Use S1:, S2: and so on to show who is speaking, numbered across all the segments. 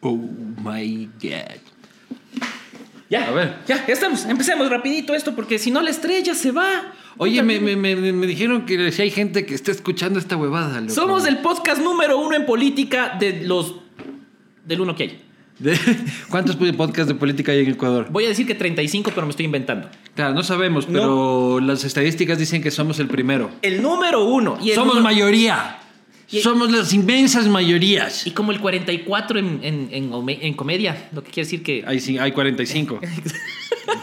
S1: Oh my god.
S2: Ya,
S1: A ver.
S2: ya, ya estamos. Empecemos rapidito esto porque si no la estrella se va.
S1: Oye, me, me- me- me dijeron que si hay gente que está escuchando esta huevada, loco.
S2: Somos el podcast número uno en política de los... Del uno que hay.
S1: De- ¿Cuántos podcasts de política hay en Ecuador?
S2: Voy a decir que 35, pero me estoy inventando.
S1: Claro, no sabemos, pero las estadísticas dicen que somos el primero.
S2: El número uno. Y el
S1: Somos
S2: número-
S1: mayoría.
S2: Y-
S1: Somos las inmensas mayorías.
S2: Y como el 44 en, en, en, ome- en comedia, lo que quiere decir que...
S1: Hay, cin- hay 45.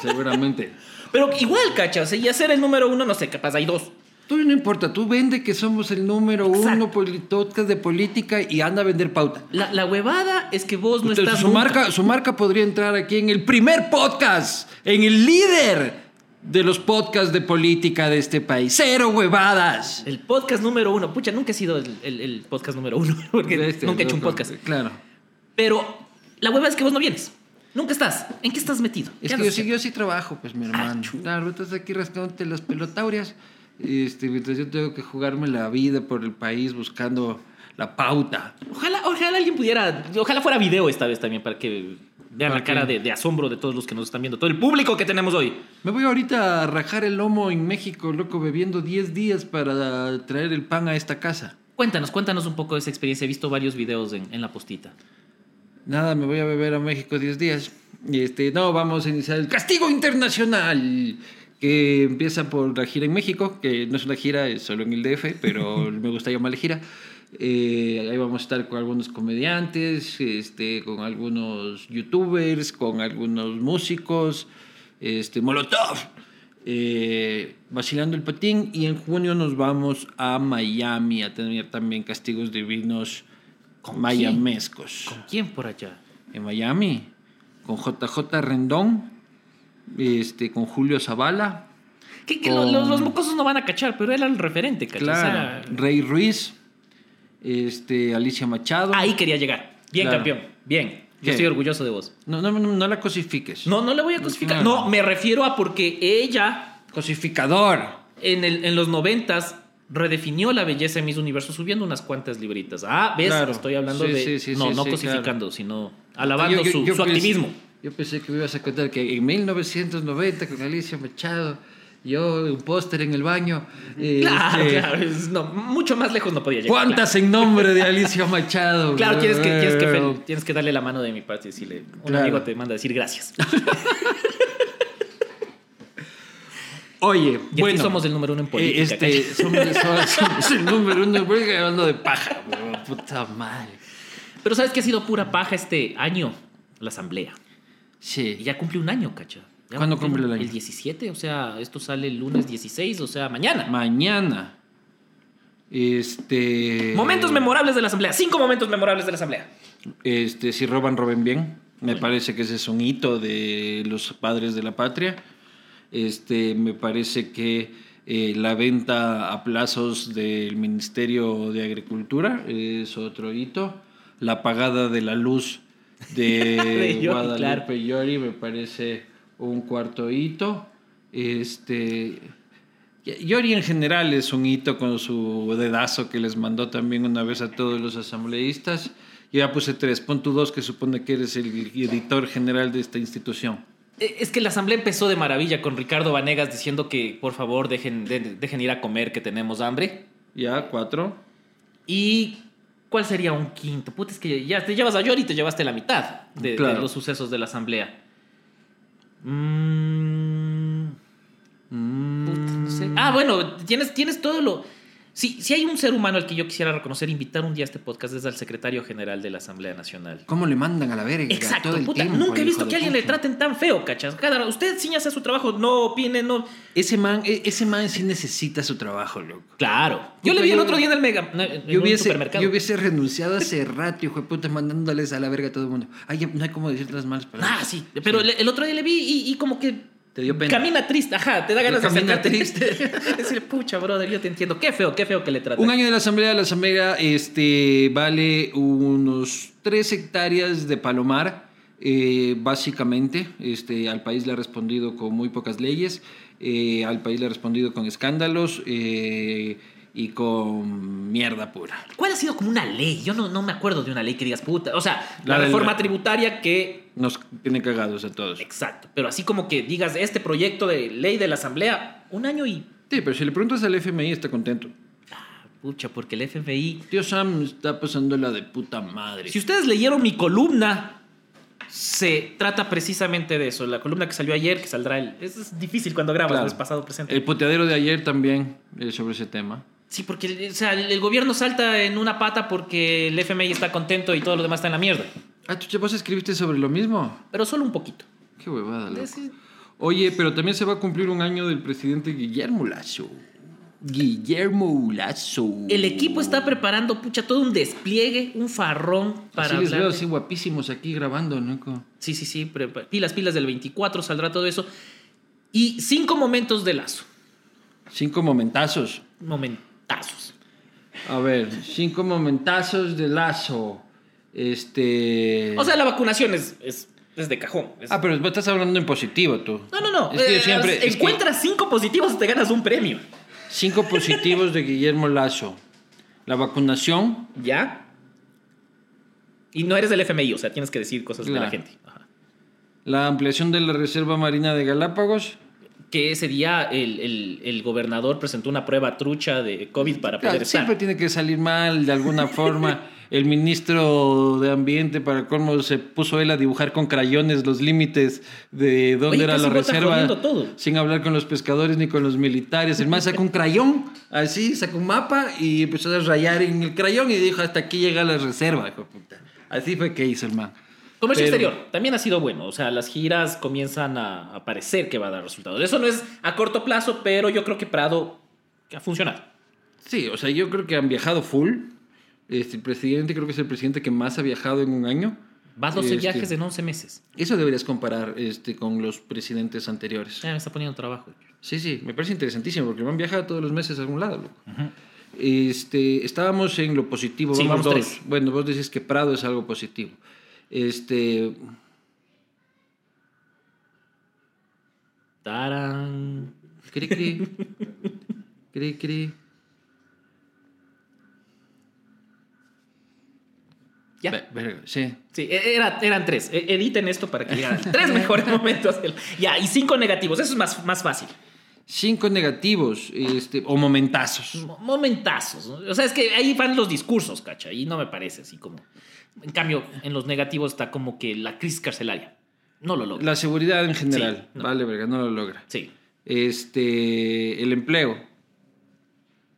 S1: Seguramente.
S2: Pero igual, cacha, o sea, y hacer el número uno, no sé, capaz hay dos.
S1: Tú no importa, tú vende que somos el número uno poli- podcast de política y anda a vender pauta.
S2: La, la huevada es que vos no
S1: Entonces,
S2: estás...
S1: su,
S2: nunca-
S1: marca, su marca podría entrar aquí en el primer podcast, en el líder de los podcasts de política de este país. Cero huevadas.
S2: El podcast número uno. Pucha, nunca he sido el, el- el podcast número uno, porque
S1: Este,
S2: nunca he hecho un
S1: loco,
S2: podcast.
S1: Claro.
S2: Pero la hueva es que vos no vienes. Nunca estás. ¿En qué estás metido?
S1: Es
S2: ¿Qué
S1: que yo
S2: andas
S1: sí,
S2: haciendo?
S1: yo sí trabajo, pues,
S2: Ah,
S1: mi hermano. Claro, tú estás aquí rascándote las pelotaurias. Este, mientras yo tengo que jugarme la vida por el país buscando la pauta.
S2: Ojalá, ojalá alguien pudiera. Ojalá fuera video esta vez también para que vean la
S1: ¿Para qué?
S2: cara de, de asombro de todos los que nos están viendo, todo el público que tenemos hoy.
S1: Me voy ahorita a rajar el lomo en México, loco, bebiendo 10 días para traer el pan a esta casa.
S2: Cuéntanos, cuéntanos un poco de esa experiencia. He visto varios videos en, en la postita.
S1: Nada, me voy a beber a México 10 días. Y este, no, vamos a iniciar el castigo internacional. Que empieza por la gira en México, que no es una gira, es solo en el DF, pero me gusta llamarle gira. Eh, ahí vamos a estar con algunos comediantes, este, con algunos youtubers, con algunos músicos, este, Molotov, eh, vacilando el patín. Y en junio nos vamos a Miami a tener también castigos divinos
S2: ¿Con
S1: mayamescos
S2: ¿Con quién por allá?
S1: en Miami, con JJ Rendón, este, con Julio Zavala,
S2: Que, que lo-
S1: Con-
S2: los, los mocosos no van a cachar, pero él era el referente, ¿cachai?
S1: claro,
S2: O sea,
S1: Rey Ruiz, este, Alicia Machado.
S2: ahí quería llegar. Bien,
S1: Claro.
S2: campeón. Bien. Yo
S1: ¿Qué?
S2: estoy orgulloso de vos.
S1: No, no, no, no la cosifiques.
S2: No, no le voy a cosificar.
S1: Claro.
S2: No, me refiero a porque ella
S1: Cosificador.
S2: en, el- en los noventas redefinió la belleza de mis universos subiendo unas cuantas libritas. Ah, ¿ves?
S1: Claro.
S2: Estoy hablando
S1: Sí,
S2: de...
S1: sí, sí,
S2: no,
S1: sí,
S2: no
S1: sí,
S2: cosificando, sino alabando
S1: Yo- yo-
S2: su,
S1: yo pues,
S2: su
S1: pensé-
S2: activismo.
S1: Yo pensé que me ibas a contar que en 1990 con Alicia Machado, yo un póster en el baño. eh,
S2: Claro,
S1: este,
S2: claro. es- no, mucho más lejos no podía llegar.
S1: ¿Cuántas en nombre de Alicia Machado?
S2: Claro, Claro, tienes, que, tienes, que fel- tienes que darle la mano de mi parte y decirle... Un
S1: Claro.
S2: amigo te manda a decir gracias.
S1: Oye,
S2: Y
S1: bueno.
S2: aquí somos el número uno en política.
S1: Eh, este,
S2: ¿cachai?
S1: somos, somos- somos el número uno en Bélgica hablando de paja, weón, puta madre.
S2: Pero ¿sabes que ha sido pura paja este año? La asamblea. Y
S1: Sí.
S2: ya cumple un año, cacha. Ya
S1: ¿Cuándo cumple el año?
S2: El 17, o sea, esto sale el lunes 16, o sea, mañana.
S1: Mañana. Este.
S2: Momentos memorables de la asamblea. Cinco momentos memorables de la asamblea.
S1: Este, si roban, roben bien. Me parece que ese es un hito de los padres de la patria. Este, me parece que eh, la venta a plazos del Ministerio de Agricultura es otro hito. La apagada de la luz
S2: De
S1: de
S2: Yori, claro.
S1: Guadalupe Yori me parece un cuarto hito. Este, Yori en general es un hito con su dedazo que les mandó también una vez a todos los asambleístas. Yo ya puse tres, pon tú dos que supone que eres el editor general de esta institución.
S2: Eh, Es que la asamblea empezó de maravilla con Ricardo Vanegas diciendo que por favor dejen, de- dejen ir a comer, que tenemos hambre.
S1: Ya, cuatro.
S2: ¿Y cuál sería un quinto? Puta, es que ya te llevas a Yori y te llevaste la mitad de, de
S1: Claro.
S2: los sucesos de la asamblea. Mm,
S1: Mm.
S2: puta, no sé. Ah, bueno, tienes, tienes todo lo... Si, si hay un ser humano al que yo quisiera reconocer, invitar un día a este podcast es al secretario general de la Asamblea Nacional.
S1: ¿Cómo le mandan a la verga?
S2: Exacto,
S1: todo el
S2: puta.
S1: tiempo,
S2: Nunca he
S1: hijo
S2: visto
S1: de
S2: que a alguien le
S1: puta?
S2: traten tan feo, cachas. Cada, usted sí hace su trabajo, no opine, no.
S1: Ese man, e- ese man sí necesita su trabajo, loco.
S2: Claro. Yo le
S1: Puta,
S2: vi el
S1: yo-
S2: otro día en el mega. no, en
S1: Yo
S2: un
S1: hubiese,
S2: supermercado.
S1: yo hubiese renunciado hace rato, hijo de puta, mandándoles a la verga a todo el mundo. Ay, ya, no hay como decir las malas palabras.
S2: Ah, sí. Pero le- el otro día le vi y, y como que.
S1: Te dio pena.
S2: Camina triste, ajá, te da ganas de
S1: Camina
S2: acercarte.
S1: triste.
S2: Decir, pucha, brother, yo te entiendo. Qué feo, qué feo que le tratan.
S1: Un año de la asamblea, la asamblea este, vale unos 3 hectáreas de palomar, eh, básicamente. Este, al país le ha respondido con muy pocas leyes, eh, al país le ha respondido con escándalos. eh, y con mierda pura.
S2: ¿Cuál ha sido como una ley? Yo no, no me acuerdo de una ley que digas puta. O sea, la,
S1: La del-
S2: reforma tributaria que.
S1: Nos tiene cagados a todos.
S2: Exacto. Pero así como que digas este proyecto de ley de la Asamblea, un año y.
S1: Sí, pero si le preguntas al FMI está contento.
S2: Pucha, porque el FMI.
S1: Tío Sam está pasando la de puta madre.
S2: Si ustedes leyeron mi columna, se trata precisamente de eso. La columna que salió ayer, que saldrá el. Es, es difícil cuando grabas,
S1: Claro.
S2: no es pasado, presente.
S1: El puteadero de ayer también eh, sobre ese tema.
S2: Sí, porque o sea, el el gobierno salta en una pata porque el FMI está contento y todo lo demás está en la mierda.
S1: Ah, chucha, vos escribiste sobre lo mismo.
S2: Pero solo un poquito.
S1: Qué huevada, loco.
S2: Sí.
S1: Oye, pero también se va a cumplir un año del presidente Guillermo Lazo. Guillermo Lazo.
S2: El equipo está preparando, pucha, todo un despliegue, un farrón para
S1: Así les
S2: hablar
S1: veo
S2: de-
S1: así guapísimos aquí grabando, ¿no?
S2: Sí, sí, sí, prepa- pilas, pilas del 24, saldrá todo eso. Y cinco momentos de lazo,
S1: Cinco momentazos.
S2: momentazos.
S1: A ver, cinco momentazos de Lazo. Este.
S2: O sea, la vacunación es, es, es de cajón. es-
S1: Ah, pero vos estás hablando en positivo tú.
S2: no, no, no.
S1: Es que
S2: eh,
S1: yo siempre. es que
S2: encuentras cinco positivos y te ganas un premio.
S1: cinco positivos de Guillermo Lazo. La vacunación.
S2: ¿Ya? Y no eres del FMI, o sea, tienes que decir cosas de la
S1: Claro.
S2: gente. Ajá.
S1: La ampliación de la Reserva Marina de Galápagos.
S2: Que ese día el, el- el gobernador presentó una prueba trucha de COVID para poder
S1: Claro,
S2: estar.
S1: siempre tiene que salir mal de alguna forma. El ministro de Ambiente, para colmo, se puso él a dibujar con crayones los límites de dónde
S2: Oye,
S1: era
S2: casi
S1: la
S2: bota
S1: reserva,
S2: jodiendo todo.
S1: sin hablar con los pescadores ni con los militares. El más sacó un crayón, así, sacó un mapa y empezó a rayar en el crayón y dijo, hasta aquí llega la reserva, hijo de puta". Así fue que hizo el man.
S2: Comercio
S1: Pero-
S2: exterior también ha sido bueno. O sea, las giras comienzan a, a parecer que va a dar resultados. Eso no es a corto plazo, pero yo creo que Prado ha funcionado.
S1: Sí, o sea, yo creo que han viajado full. Este, el presidente creo que es el presidente que más ha viajado en un año.
S2: Vas 12
S1: Este,
S2: viajes en 11 meses.
S1: Eso deberías comparar este, con los presidentes anteriores.
S2: Ya me está poniendo trabajo.
S1: Sí, sí, me parece interesantísimo porque van viaja todos los meses a algún lado, loco. Este, estábamos en lo positivo,
S2: Sí,
S1: vamos
S2: vamos
S1: dos.
S2: tres.
S1: Bueno, vos decís que Prado es algo positivo. Este,
S2: Tarán.
S1: cri cri. cri cri.
S2: Ya.
S1: Ve- verga, sí.
S2: Sí, e- era- eran tres. E- Editen esto para que lleguen tres mejores momentos. del- Ya, y cinco negativos. Eso es más, más fácil.
S1: Cinco negativos este, o momentazos.
S2: Mo- Momentazos. ¿no? O sea, es que ahí van los discursos, cacha. Y no me parece así como. En cambio, en los negativos está como que la crisis carcelaria. No lo logra.
S1: La seguridad en general.
S2: Sí, no.
S1: Vale, verga, no lo logra.
S2: Sí.
S1: Este, el empleo.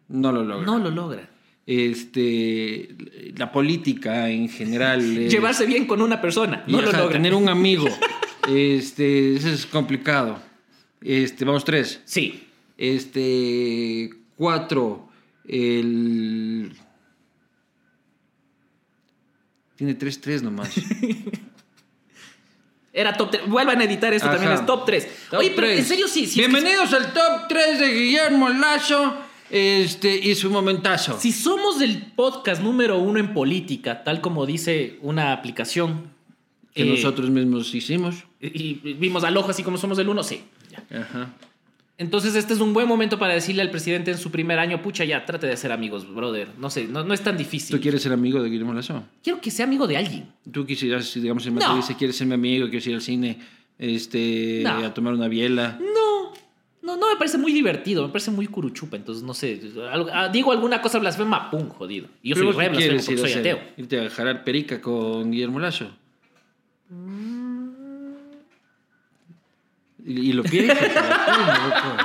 S1: No lo logra.
S2: No lo logra.
S1: Este, la política en general. eh,
S2: Llevarse bien con una persona.
S1: y,
S2: No lo
S1: ajá,
S2: logra.
S1: Tener un amigo. Este, eso es complicado. Este, vamos, tres.
S2: Sí.
S1: Este, cuatro. El. Tiene tres, tres nomás.
S2: Era top 3. Vuelvan a editar esto
S1: Ajá.
S2: también. Es top 3.
S1: Top
S2: Oye, pero en
S1: tres.
S2: serio sí. sí es que-
S1: Bienvenidos al top 3 de Guillermo Lazo este, y su momentazo.
S2: Si somos el podcast número uno en política, tal como dice una aplicación.
S1: que
S2: eh,
S1: nosotros mismos hicimos.
S2: Y y vimos al ojo así como somos el uno, sí. ya.
S1: Ajá.
S2: Entonces este es un buen momento para decirle al presidente en su primer año, pucha, ya, trate de ser amigos, brother. No sé, no, no es tan difícil.
S1: ¿Tú quieres ser amigo de Guillermo Lazo?
S2: Quiero que sea amigo de alguien.
S1: Tú quisieras, si, digamos, el
S2: No.
S1: Mateo dice, quieres ser mi amigo, quieres ir al cine, este,
S2: No.
S1: a tomar una biela.
S2: No, no, no me parece muy divertido, me parece muy curuchupa, entonces no sé. algo- ah, digo alguna cosa blasfema, pum, jodido. Y
S1: Pero
S2: yo soy
S1: vos,
S2: re
S1: ¿qué
S2: blasfemo
S1: quieres
S2: porque
S1: ir a
S2: soy
S1: hacer?
S2: ateo.
S1: ¿Irte a jalar perica con Guillermo Lazo?
S2: Mm.
S1: Y, y lo piensas. ¿no? Loco.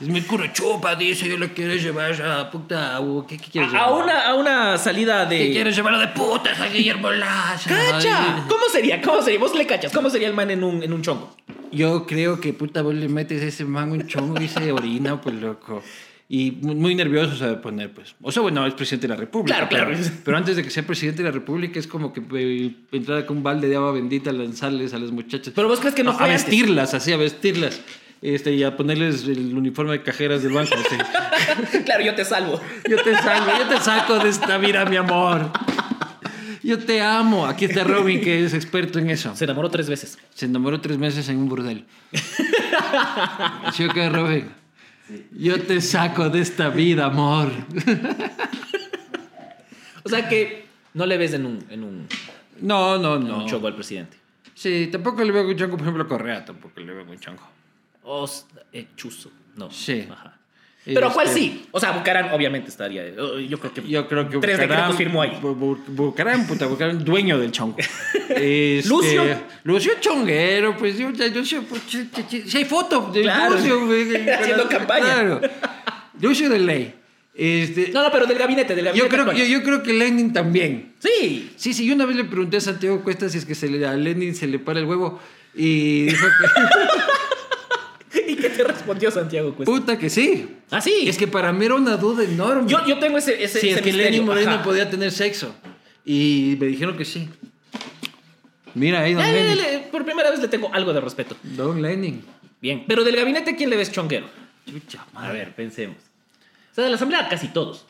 S1: Es mi culo chupa, dice, yo lo quiero llevar a puta... o ¿Qué, qué quieres
S2: A, a
S1: llevar?
S2: una, a una salida
S1: ¿Qué
S2: de...
S1: quieres llevar de putas a Guillermo Lazo?
S2: ¡Cacha! ¿Cómo sería? ¿Cómo sería? ¿Vos le cachas? ¿Cómo sería el man en un, en un chongo?
S1: Yo creo que puta vos le metes a ese mango un chongo y se orina, pues loco. Y muy, muy nervioso se va a poner, pues. O sea, bueno, es presidente de la República.
S2: Claro, claro.
S1: Pero, pero antes de que sea presidente de la República es como que eh, entrar con un balde de agua bendita a lanzarles a las muchachas.
S2: Pero vos crees que no
S1: a,
S2: fue
S1: a
S2: antes.
S1: vestirlas, así, a vestirlas. Este, y a ponerles el uniforme de cajeras del banco. así.
S2: claro, yo te salvo.
S1: Yo te salvo, yo te saco de esta vida, mi amor. Yo te amo. Aquí está Robin, que es experto en eso.
S2: Se enamoró tres veces.
S1: Se enamoró tres meses en un burdel. ¿Sí o qué, Robin? Yo te saco de esta vida, amor.
S2: O sea que no le ves en un, en un,
S1: No, no,
S2: en un
S1: no.
S2: chongo al presidente.
S1: Sí, tampoco le veo un chongo, por ejemplo, a Correa, tampoco le veo un chongo.
S2: O s- eh, chuzo. No.
S1: Sí.
S2: Ajá. Pero
S1: Este,
S2: ¿cuál sí? O sea, Bucarán obviamente estaría. eh, Yo creo que.
S1: Yo creo que
S2: Tres decretos firmó ahí.
S1: Bu- Bu- Bucarán, puta, Bucarán, dueño del chongo. Este,
S2: Lucio.
S1: Lucio chonguero, pues yo, ya, Lucio, pues, che- che- che- si hay fotos de
S2: Claro.
S1: Lucio. güey, que-
S2: Haciendo campaña.
S1: Claro. Lucio de ley. Este,
S2: No, no, pero del gabinete, del
S1: yo,
S2: gabinete.
S1: creo,
S2: actual.
S1: yo, yo creo que Lenin también.
S2: Sí.
S1: Sí, sí, yo una vez le pregunté a Santiago Cuesta si es que se le, a Lenin se le para el huevo y dijo que
S2: ¿Y qué te respondió Santiago Cuesta?
S1: puta que sí.
S2: Ah, sí.
S1: Es que para mí era una duda enorme.
S2: yo, yo tengo ese. ese
S1: si es
S2: ese
S1: que
S2: misterio.
S1: Lenin Moreno
S2: Ajá.
S1: podía tener sexo. Y me dijeron que sí. Mira ahí, don
S2: Eh,
S1: Lenin.
S2: le- por primera vez le tengo algo de respeto.
S1: Don Lenin.
S2: Bien. Pero del gabinete, ¿quién le ves chonguero?
S1: Chucha,
S2: A
S1: madre.
S2: ver, pensemos. O sea, de la asamblea casi todos.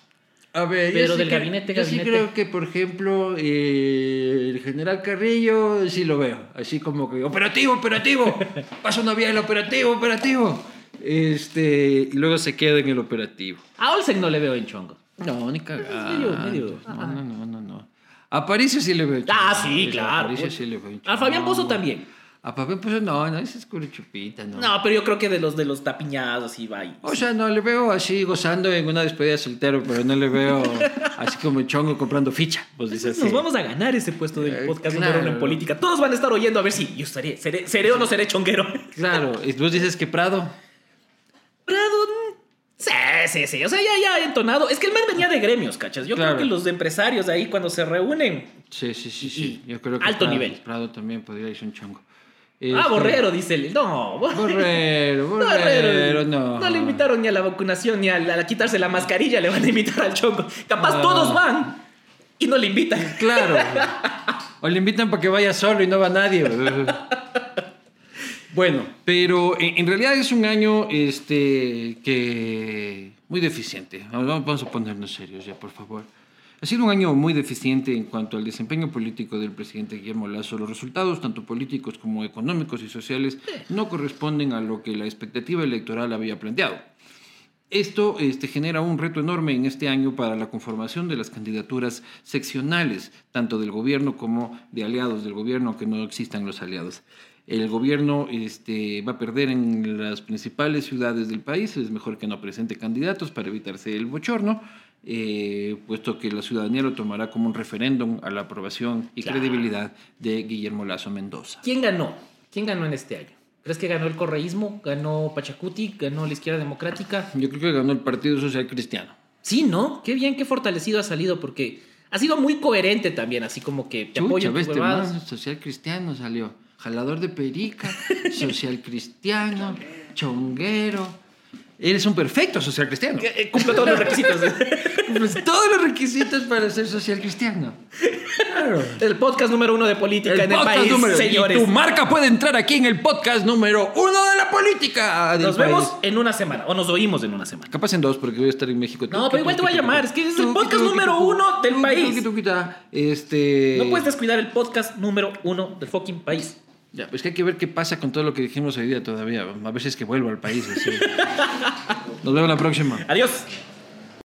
S1: A ver, yo
S2: Pero
S1: sí
S2: del
S1: creo-
S2: gabinete,
S1: yo
S2: gabinete.
S1: sí creo que, por ejemplo, eh, el general Carrillo sí lo veo. Así como que, operativo, operativo. Pasa una vía el operativo, operativo. Este, y luego se queda en el operativo.
S2: A Olsen no le veo en chongo.
S1: No, ni cagada.
S2: medio- medio-
S1: No, no, no, no, no. A París sí le veo.
S2: Ah,
S1: chongo.
S2: sí,
S1: A
S2: claro. pues.
S1: Aparicio sí le veo
S2: A Fabián
S1: chongo.
S2: Pozo también.
S1: A Fabián Pozo no, no, ese es curuchupita, no.
S2: No, pero yo creo que de los de los tapiñados y va. y-
S1: O sea, no le veo así gozando en una despedida de soltero, pero no le veo así como chongo comprando ficha. Pues dices
S2: Nos
S1: así.
S2: vamos a ganar ese puesto del
S1: Eh,
S2: podcast
S1: claro.
S2: número uno en política. Todos van a estar oyendo a ver si yo estaré, seré, seré o no seré chonguero.
S1: Claro, y vos dices que Prado.
S2: Prado, mm, sí, sí, sí. O sea, ya, ya entonado. Es que el man venía de gremios, cachas. Yo
S1: Claro.
S2: creo que los empresarios ahí cuando se reúnen.
S1: Sí, sí, sí, sí. Yo creo que
S2: Alto
S1: Prado,
S2: nivel.
S1: Prado también podría irse un chongo.
S2: Ah,
S1: Este,
S2: Borrero, dice él. No,
S1: Borrero, Borrero, no.
S2: No le invitaron ni a la vacunación ni a, la- a quitarse la mascarilla. Le van a invitar al chongo. Capaz
S1: Ah.
S2: todos van y no le invitan.
S1: Claro. O le invitan para que vaya solo y no va nadie. Bueno, pero eh, en, en realidad es un año este, que muy deficiente. Ahora Vamos, vamos a ponernos serios ya, por favor. Ha sido un año muy deficiente en cuanto al desempeño político del presidente Guillermo Lazo. Los resultados, tanto políticos como económicos y sociales, no corresponden a lo que la expectativa electoral había planteado. Esto este, genera un reto enorme en este año para la conformación de las candidaturas seccionales, tanto del gobierno como de aliados del gobierno, que no existan los aliados. El gobierno este, va a perder en las principales ciudades del país, es mejor que no presente candidatos para evitarse el bochorno, eh, puesto que la ciudadanía lo tomará como un referéndum a la aprobación y
S2: Claro.
S1: credibilidad de Guillermo Lazo Mendoza.
S2: ¿Quién ganó? ¿Quién ganó en este año? ¿Crees que ganó el correísmo? ¿Ganó Pachacuti? ¿Ganó la izquierda democrática?
S1: Yo creo que ganó el Partido Social Cristiano.
S2: Sí, ¿no? Qué bien, qué fortalecido ha salido porque ha sido muy coherente también, así como que te
S1: Chucha,
S2: apoyo en
S1: ves,
S2: tus
S1: este
S2: huevadas.
S1: man, social cristiano salió. Jalador de perica, social cristiano, chonguero. Eres un perfecto social cristiano.
S2: Eh, eh, Cumplo todos los requisitos.
S1: Cumples todos los requisitos para ser social cristiano. Claro.
S2: el podcast número uno de política en el país, señores.
S1: Y tu marca puede entrar aquí en el podcast número uno de la política. del
S2: Nos vemos
S1: país.
S2: en una semana, o nos oímos en una semana.
S1: Capaz en dos, porque voy a estar en México.
S2: No, pero igual te voy a llamar, es que es el podcast número uno del país.
S1: Este.
S2: No puedes descuidar el podcast número uno del fucking país.
S1: Ya, pues que hay que ver qué pasa con todo lo que dijimos hoy día todavía. A veces que vuelvo al país. así. Nos vemos la próxima.
S2: Adiós.